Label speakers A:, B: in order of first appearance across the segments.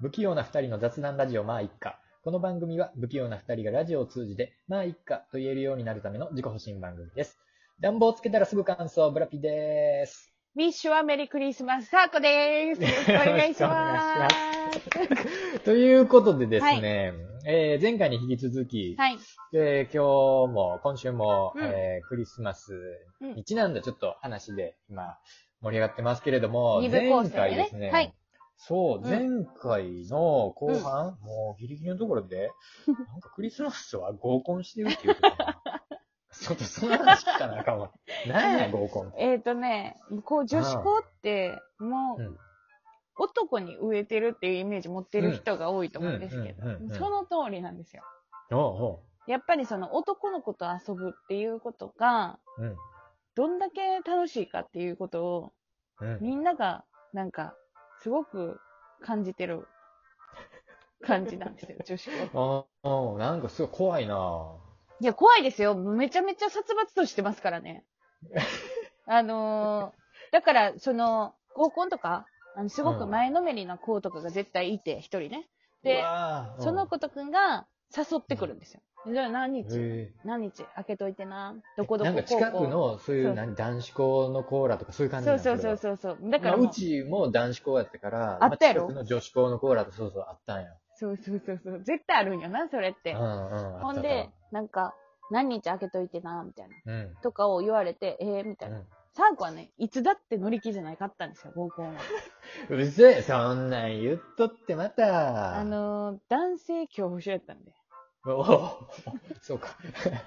A: 不器用な二人の雑談ラジオまあいっか。この番組は不器用な二人がラジオを通じてまあいっかと言えるようになるための自己保身番組です。暖房つけたらすぐ感想、ブラピでーす。
B: ウィッシュはメリークリスマス、サーコでーす。よろしくお願いしま
A: よ
B: す。
A: ということでですね、えー前回に引き続き、
B: はい。
A: えー今日も今週も、
B: うん
A: えークリスマス
B: うん
A: にちなんだちょっと話で今盛り上がってますけれども、
B: 二部構
A: 前
B: 成でね
A: 回ですね、
B: はい
A: そう、
B: うん
A: 前回の後半、もうギリギリのところ で、なんかクリスマスは合コンしてるっていうことかなちょっとその話聞かなあかんわ。何やねん合コンって。
B: えっ、ー、とね、こう女子校って、もう、
A: うん
B: 男に植えてるっていうイメージ持ってる人が多いと思うんですけど
A: うんうんうんうんうん、
B: その通りなんですよ。
A: おう
B: やっぱりその男の子と遊ぶっていうことが、
A: おう。
B: どんだけ楽しいかっていうことを、
A: うん。うん。
B: みんなが、なんか、すごく感じてる感じなんですよ、女子校。
A: ああ、なんかすごい怖いなぁ。
B: いや、怖いですよ。めちゃめちゃ殺伐としてますか らね。あのーだから、その、合コンとか、あのすごく前のめりな子とかが絶対いて、一人ね。
A: う
B: で、
A: わぁ
B: その、子とくんが誘ってくるんですよ。じゃあ何
A: うん
B: 日、
A: へえ
B: 何日開けといてな。どこど
A: な
B: こ
A: ん
B: 高
A: か
B: 校。
A: 近くの、そうい
B: そうう
A: 何男子校のコーラとかそういう感じ
B: そ
A: なんだ
B: うそうそう
A: う。
B: そうそう。
A: だ
B: だか
A: からら、
B: もう
A: うちも男子校やったから、
B: あったやろ
A: ま近くの女子校のコーラとそうそうあったんや。
B: そうそうそうそう。絶対あるんよな、それっ
A: う
B: て
A: んう。ん。
B: ほんで、なんか、何日開けといてな、みたいな。
A: あったあった、うん。
B: とかを言われて、えー、みたいな。サーコはね、いつだって乗り気じゃないかったんですよ、合コンは。
A: うんうるせえ、そんなん言っとってまた。
B: あ、のー男性恐怖症やったんで。
A: おそうか。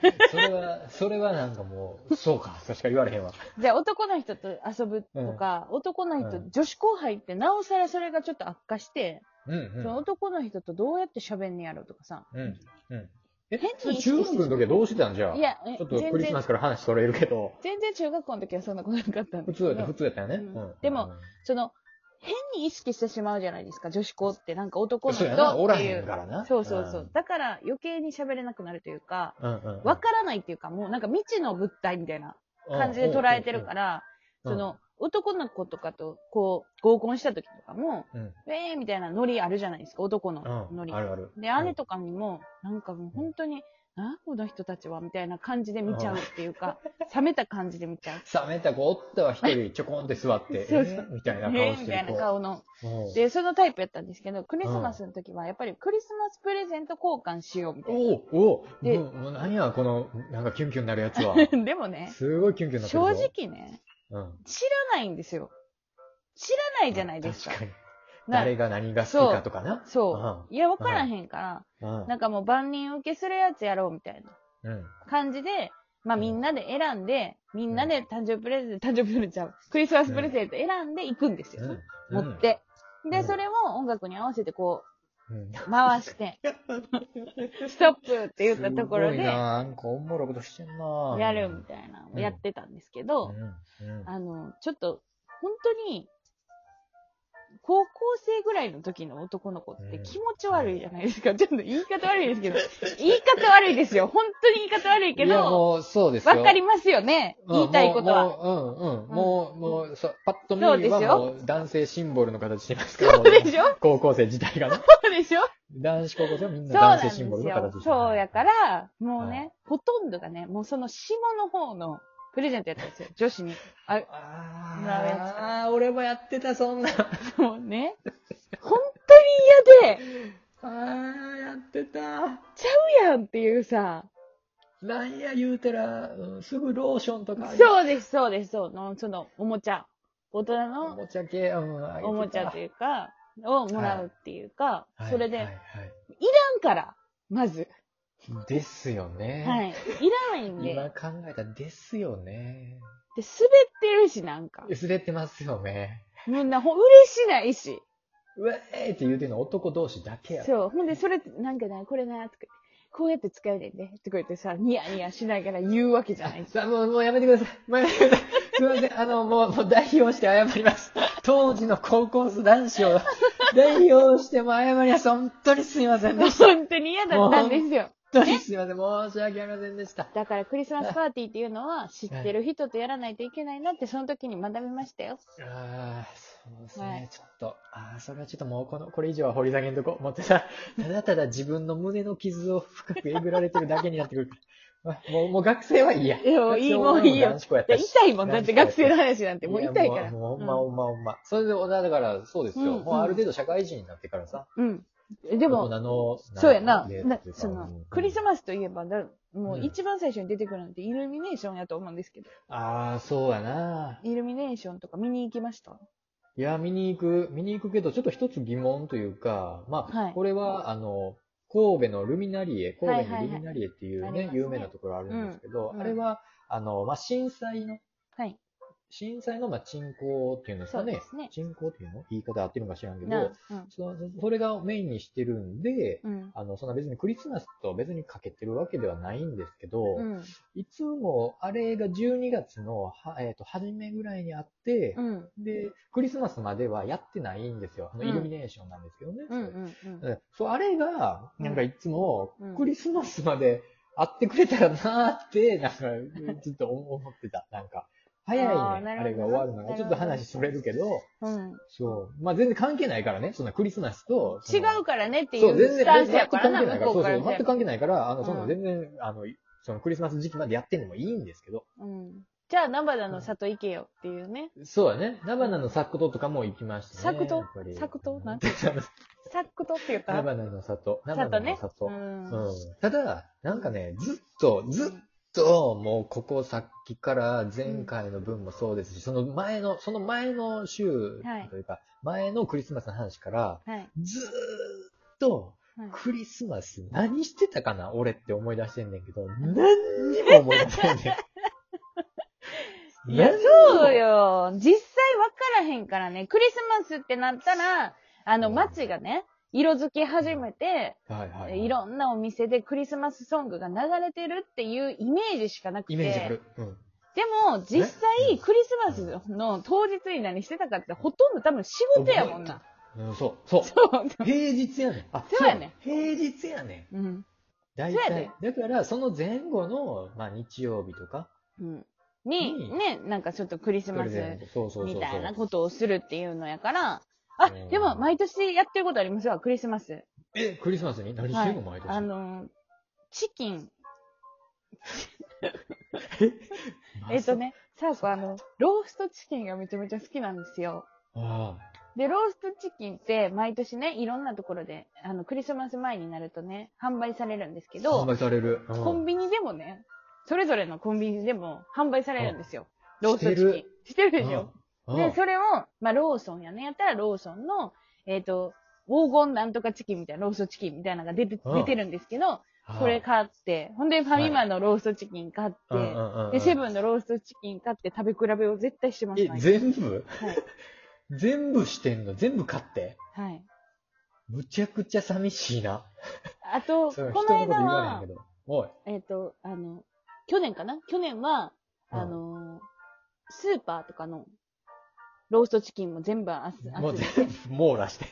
A: それは、それはなんかもう、そうか、それしか言われへんわ。
B: じゃあ男の人と遊ぶとか、男の人、
A: うん
B: 女子後輩ってなおさらそれがちょっと悪化して、
A: うん
B: そ
A: う
B: の男の人とどうやって喋んねやろうとかさ。
A: ん。うん。うん。え
B: 変に、
A: それ中学の時はどうしてたんじゃあ。
B: いや、え
A: ちょっと
B: 全
A: クリスマ
B: 然、
A: スから話それるけど。
B: 全然中学校の時はそんなことなかったん
A: 普
B: です
A: 通や
B: け
A: った、普
B: ど、
A: 通やったよね。
B: うん
A: うん
B: でも、その、変に意識してしまうじゃないですか、女子校って。なんか男の人
A: そう
B: っ
A: やな、おら
B: てい
A: へん
B: う。
A: からな。
B: そうそうそう。だから余計に喋れなくなるというか、
A: うん。うんうん。。
B: わからないっていうか、もうなんか未知の物体みたいな感じで捉えてるからら、
A: うん
B: その、男の子とかと、こう、合コンした時とかも、
A: うん。
B: ウェーみたいなノリあるじゃないですか、男の
A: う
B: ノ
A: ん。
B: リ
A: あ。るある。
B: で、姉とかにも、なんかもう本当に、なあ、この人たちは、みたいな感じで見ちゃうっていう か、冷めた感じで見ちゃう。
A: 冷めた子おったわ、一 人ちょこんって座って、
B: そうそう
A: えーみたい
B: え
A: な顔
B: ー
A: し
B: み
A: て
B: た
A: る
B: いな
A: 子。
B: 顔の。
A: うん
B: で、そのタイプやったんですけど、クリスマスの時は、やっぱりクリスマスプレゼント交換しようみたい
A: おおおお
B: で
A: もうもう何や、この、なんかキュンキュンなるやつは。
B: な。でも ね、
A: すごいキュンキュンなってる
B: 正
A: ぞ。
B: 直ね、
A: うん。
B: 知らないんですよ。知らないじゃないですか。
A: 確かに。
B: な
A: 誰が何が好きかとかな。
B: そうう。いや、わからへんから、
A: うん。
B: なんかもう万人受けするやつやろうみたいな
A: うん。
B: 感じで、まあ
A: うん
B: みんなで選んで、みんなで誕生日プレゼント、誕生日プレゼントちゃう、クリスマスプレゼント選んで行くんですよ。
A: うん
B: 持っ。て。
A: う
B: で、
A: ん
B: それを音楽に合わせてこ
A: うん。
B: う、回して、ストップって言ったところ
A: すごい
B: で、
A: ななんかおもろいことしてんな
B: やるみたいなのをやってたんですけど、
A: うんうん
B: あの、ちょっと、本当に、高校生ぐらいの時の男の子って気持ち悪いじゃないですか。ちょっと言い方悪いですけど、言い方悪いですよ。本当に言い方悪いけ
A: いや、
B: ど、
A: もう、そうですよ。
B: わかりますよね。
A: うん
B: 言いたいことは。
A: もう、うん、うん。
B: うん
A: もう、もう、そう、パッと見
B: そうです
A: は
B: よ
A: もう男性シンボルの形してますから。
B: そうでしょ
A: 高校生自体がね。
B: そうでしょ
A: 男子高校生はみん
B: そう
A: な男
B: なん
A: 性
B: で
A: シ
B: す
A: ンボルの形
B: よ
A: して。。
B: そうやからら、もう
A: は
B: ね、ほとんどがね、もうその下の方のプレゼントやったんですよ。女子に。あ、
A: あー、俺もやってた、そんな。
B: もうね、本当に嫌で、
A: あー、やってた。
B: ちゃうやんっていうさ、
A: なんや言うたら、うんすぐローションとか。う。
B: そうです、そうです、そうの、その、おもちゃ。大人
A: お
B: の
A: もちゃ系、うん、
B: おもちゃと
A: 系。
B: いうか、をもらうっていうか、
A: はい
B: それで、い
A: はい
B: ら
A: はい
B: んから、まず。
A: ですよね。
B: はい。いらないんで。
A: 今考えたらですよね。
B: で、滑ってるし、なんか。
A: 薄れてますよね。
B: みんな、ほ、嬉しないし。
A: うわーって言うてんの男同士だけや。
B: そう。ほんで、それ、なんかな、これな、とか言ってこうやって使うねんね。とか言ってさ、ニヤニヤしながら言うわけじゃない ですか。
A: さあ、もう、もうやめてください。もうやめてください。すいません。あの、もう、もう代表して謝ります。当時の高校生男子を代表しても謝ります。本当にすいませんでした。
B: 本当に嫌だったんですよ。
A: 本当にすいません。申し訳ありませんでした。
B: だからクリスマスパーティーっていうのは知ってる人とやらないといけないなってその時に学びましたよ。
A: ああ、そうですね、
B: はい
A: ちょっと、ああ、それはちょっともうこの、これ以上は掘り下げんとこ。もってさ、ただただ自分の胸の傷を深くえぐられてるだけになってくるから。あもう、もう学生はいいや。
B: いや もうい
A: 学
B: い
A: 生は
B: もういいよ
A: 男子校やっ
B: いや
A: たし。
B: 痛いもん。だって学生の話なんて、もう痛いか
A: いや
B: ら。
A: もう、もうほんま、ほんま、ほんま。それで、だから、そうですよ。
B: うん
A: もうある程度社会人になってからさ。
B: うん。えで
A: 大
B: も、
A: 人の、
B: そうやな。
A: 例
B: な
A: というか
B: その、クリス
A: マ
B: マスといえばだ、
A: う
B: もうん一番最初に出てくるのってイルミネーションやと思うんですけど、
A: ああ、そうやな。
B: イルミネーションとか見に行きました
A: いや、見に行く、見に行くけど、ちょっと一つ疑問というか、まあ、
B: はい
A: これは、あの、神戸のルミナリエ、神戸
B: はいはい
A: の
B: はい
A: ルミナリエっていうね、
B: ありますね
A: 有名なところあるんですけど、
B: うん
A: あれは、あの、まあ、震災の、
B: はい。
A: 震災の、まあ、鎮校っていうんですか
B: そう
A: ね
B: で。すね。
A: 鎮校っていうの言い方合ってるのか知らんけ
B: な
A: ど、
B: うん。
A: そのそれがメインにしてるんで、
B: うん。
A: あの、そんな別にクリスマスと別にかけてるわけではないんですけど、
B: うん。
A: いつも、あれが12月のは、えっ、と、初めぐらいにあって、
B: うん。
A: で、クリスマスまではやってないんですよ。あの、
B: うん
A: イルミネーションなんですけどね。
B: うん。うん。うん
A: うんそう、あれが、なんかいつも
B: うん、
A: クリスマスまで会ってくれたらなーって、 なんか、ずっと思ってた。なんか、早いね、
B: あ
A: あ
B: ーなるほど
A: れが終わるの
B: な
A: が。
B: るほど
A: ちょっと話それるけど、
B: うん。
A: そう。まあ、全然関係ないからね、そんなクリスマスと。そ
B: 違
A: の
B: うからねってい
A: そう、
B: う
A: 全
B: ス
A: 然、
B: タ
A: 全
B: ンス
A: 然
B: や
A: 全く
B: か
A: 関
B: らな、
A: 係ないか
B: 向
A: ら、
B: こ
A: そううそ
B: から
A: う、全く関係ないから、あ
B: う
A: の、
B: ん
A: そんな全然、あの、そのクリスマス時期までやってんのもいいんですけど。
B: うん。じゃあ、南原の里行けよっていうね。
A: そうだね。ナバナのサクトとかも行きましたね。
B: 作
A: や
B: と
A: っぱり
B: 作となんて
A: ナ
B: サックとって言った
A: バナの里。ナバナ
B: 里
A: の
B: ね。
A: 里。
B: うん。
A: う
B: うん
A: んただ、なんかね、ずっと、ずっと、もうここさっきから前回の分もそうですし、その前の、その前の週
B: はい
A: というか、前のクリスマスの話から、
B: はい。
A: ずーっと、
B: はい
A: クリスマス何してたかな俺って思い出してんねんけど、何にも思い出せんねん。
B: いや、
A: 何
B: そうよ。実際わからへんからね。クリスマスってなったら、あの、
A: うん
B: 街がね、色づき始めて、
A: はいはいはい。
B: いろんなお店でクリスマスソングが流れてるっていうイメージしかなくて。
A: イメージある。うん。
B: でも、
A: ね
B: 実
A: うん
B: 際、クリスマスの当日に何してたかって、ほとんど多分仕事やもんな。
A: うん、そう、そう。
B: そう。
A: 平日やねん。あ、
B: そうやねん
A: 平日やねん。
B: うん。
A: 大
B: そうや
A: 体
B: ね。
A: だから、その前後の、まあ、日曜日とか。
B: うん。に、
A: うん
B: ね、なんかちょっとクリスマ
A: それ
B: ス
A: でそうそうそうそう。
B: みたいなことをするっていうのやから、あ
A: うん、
B: でも、毎年やってることありますわ、クリスマス。
A: え、クリスマスに何してんの、毎年。
B: あのー、チキン。
A: まあ
B: えっと。ね、さあこうあの、ローストチキンがめちゃめちゃ好きなんですよ。
A: そうあ
B: で、ローストチキンって、毎年ね、いろんなところで、あの、クリスマス前になるとね、販売されるんですけ
A: あ。
B: ど
A: 販、売される。うん
B: コンビニでもね、それぞれのコンビニでも販売されるんですよ。ロースト
A: して
B: チキン
A: る。
B: してるでしょ。
A: うんう
B: で、
A: ん
B: それを、まあ、ローソンやね、やったらローソンの、えっ、と、黄金なんとかチキンみたいな、ローストチキンみたいなのが出て、
A: うん
B: 出てるんですけど、
A: ああ
B: それ買って、ほんでファミマのローストチキン買って、
A: うんうんうんうん
B: で、セブンのローストチキン買って食べ比べを絶対してます。
A: え、
B: 毎日
A: 全部
B: はい。
A: 全部してんの全部買って
B: はい。
A: むちゃくちゃ寂しいな。
B: あ と、
A: そう
B: この
A: 人のこと
B: 間
A: 言わ
B: は
A: れへんけ、ど。おい。
B: えっ、と、あの、去年かな去年は、
A: うん
B: あのースーパーとかのローストチキンも全部あす、あ
A: もう
B: す
A: 全部網羅 して。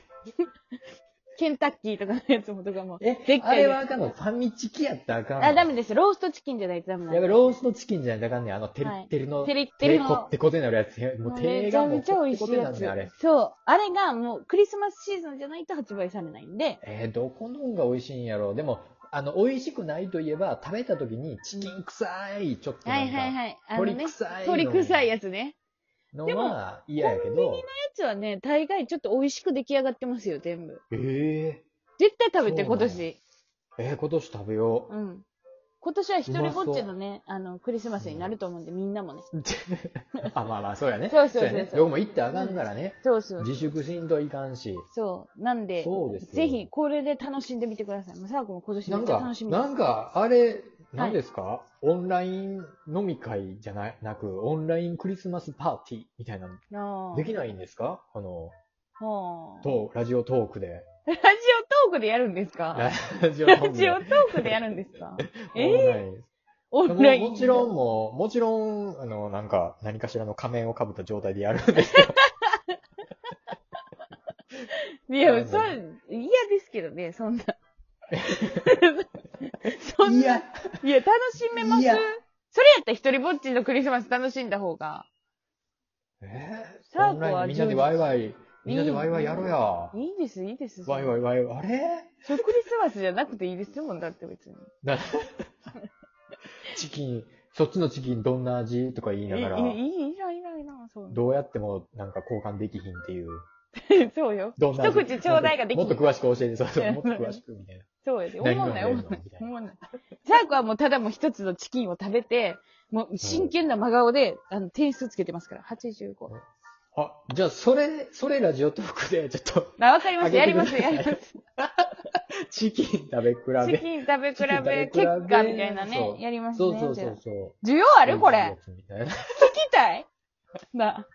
B: ケンタッキーとかのやつもとかも。
A: え、
B: でっ
A: あ
B: か
A: れ
B: いね
A: はあかんのファミチキやったらあかんの
B: あ、ダメです。ローストチキンじゃないとダメな
A: やべ、
B: ん
A: ローストチキンじゃないとあかんねんあの、てりってりの、
B: テリッテ
A: 手
B: リ
A: こっ
B: の。
A: てこてなるやつ。もう手
B: めちゃ
A: がもう
B: めちゃ美味しいや
A: こってこてなるね
B: つ。そう。あれがもうクリスマスシーズンじゃないと発売されないんで。
A: あれ。えー、どこの方が美味しいんやろう。でも、あの、美味しくないといえば、食べた時にチキン臭い、ちょっと
B: は
A: ないんか、
B: はいはい。あの
A: 鳥
B: ね、
A: 臭いの。
B: 鳥臭い
A: や
B: やつね。
A: の
B: でも
A: は嫌やけど。
B: やつはね、大概ちょっと美味しく出来上がってますよ、全部。
A: え
B: 絶対食べて、
A: そうな
B: 今
A: んや
B: 年。
A: ー、えー、今年食べよう。
B: うん。今年は一人ぼっち
A: うまそ
B: のね、あの、クリスマスになると思うんで、みんなもね。
A: あ、まあまあ、そうやね。
B: そうそうそうそう
A: やね。どこも行ってあかんからね。
B: そうそう。
A: 自粛しんといかんし。
B: そう。なんで、
A: そうですよ
B: ぜひ、これで楽しんでみてください。もう、さあこも今年
A: な
B: めっ
A: ん
B: ちゃ
A: か
B: 楽し、みです
A: なんか、あれ、何ですか、オンライン飲み会じゃななく、オンラインクリスマスパーティーみたいなの、
B: なあ
A: できないんですかこの、
B: はあ
A: と、ラジオトークで。
B: ラジオトークでやるんですか
A: ラジオト
B: ラ
A: ーク
B: ジ
A: で。
B: オトークでやるんですかえ
A: えー
B: オ
A: も
B: ンライン
A: もちろんもう、もちろん、あの、なんか、何かしらの仮面をかぶった状態でやるんですけど。
B: ん。いや、そう、嫌ですけどね、そん な。 そん
A: い
B: な、
A: や、
B: いや、楽しめます
A: い
B: それ
A: や
B: やったら一人ぼっちのクリスマス楽しんだ方が。
A: えー、
B: サー
A: オン
B: コ
A: ライン
B: は
A: でみんなでワイワイ、みんなでワイワイやろうや。
B: いいです、いいです。
A: ワイワイワイワイ、あれ
B: そのクリスマスじゃなくていいですもん、だって別に。
A: な チキン、そっちのチキンどんな味とか言い
B: いい、い
A: ながら、
B: い、いいな、いいな、いいな、そう。
A: どうやってもなんか交換できひんっていう。
B: そうよ。
A: どんな味
B: 一口ちょうだいができひん
A: もっと詳しく教えて、そう そう、もっと詳しくみたいな。
B: そうやで。思
A: 何
B: わない、思
A: 飲ん
B: わ
A: でん
B: な
A: の
B: い
A: みた。いな
B: 思わない。サーコはもうただもう一つのチキンを食べて、もう真剣な真顔で、あの、点数つけてますから、85。
A: あ、じゃあそれ、それラジオトークでちょっと
B: あ、わかります、や
A: あ
B: り
A: げてくださ
B: ます、
A: い
B: やります。
A: チキン食べ比
B: チ
A: べ。
B: キン食べ比べ、
A: チキン食
B: 結
A: べ比べ
B: 果みたいなね
A: そ、う
B: やりますね。
A: そうそう
B: じ
A: そ
B: ゃ
A: うそう。
B: あ需要あるこれ。
A: みたいな。い
B: 聞きたいな。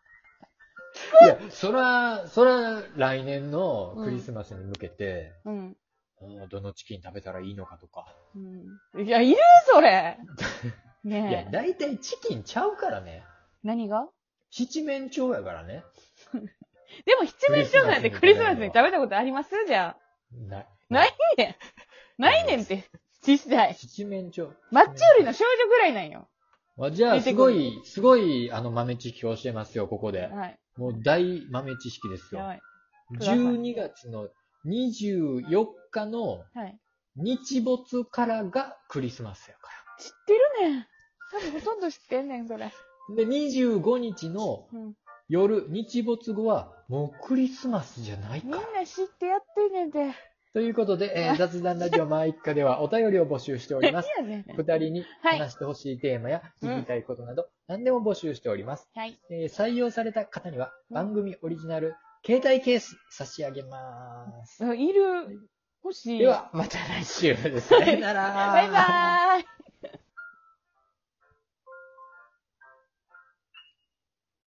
A: や、そら、そら来年のクリスマスに向けて、
B: うん。
A: うんどのチキン食べたらいいのかとか。
B: うん。いや、いるそ れ
A: いや
B: ね、え。
A: だいたいチキンちゃうからね。
B: 何が
A: 七面鳥やからね。
B: でも七面鳥なんてク
A: クリ
B: リス
A: スマ
B: マス
A: ス
B: に
A: に
B: 食べたことありますじゃあ。
A: ない。
B: ないねん。ないねんって。小さい。
A: 七面鳥。
B: マッチ売りの少女ぐらいなんよ。
A: まあじゃあ、すごい、すごい、あの、豆知識を教えますよ、ここで。
B: はい。
A: もう大豆知識です
B: やば
A: よ。
B: い。
A: 12月の24日の
B: はい。
A: 日没からがクリスマスやか
B: 知ってるねん。多分ほとんど知ってんねん、それ。
A: ら。で、25日の
B: うん。
A: 夜、日没後は、もうクリスマスじゃない
B: みん
A: か
B: な。知ってやってんねんて。
A: ということで、 えー雑談ラジオマ一家ではお便りを募集しております。
B: 何やねん
A: 二。人に話してほしいテーマや聞きたいことなど、何でも募集しております。
B: はい。
A: えー採用された方には
B: うん
A: 番組オリジナル携帯ケース差し上げます。
B: あいる。欲しい。
A: では、また来週ですね。さよなら。
B: バイバーイ。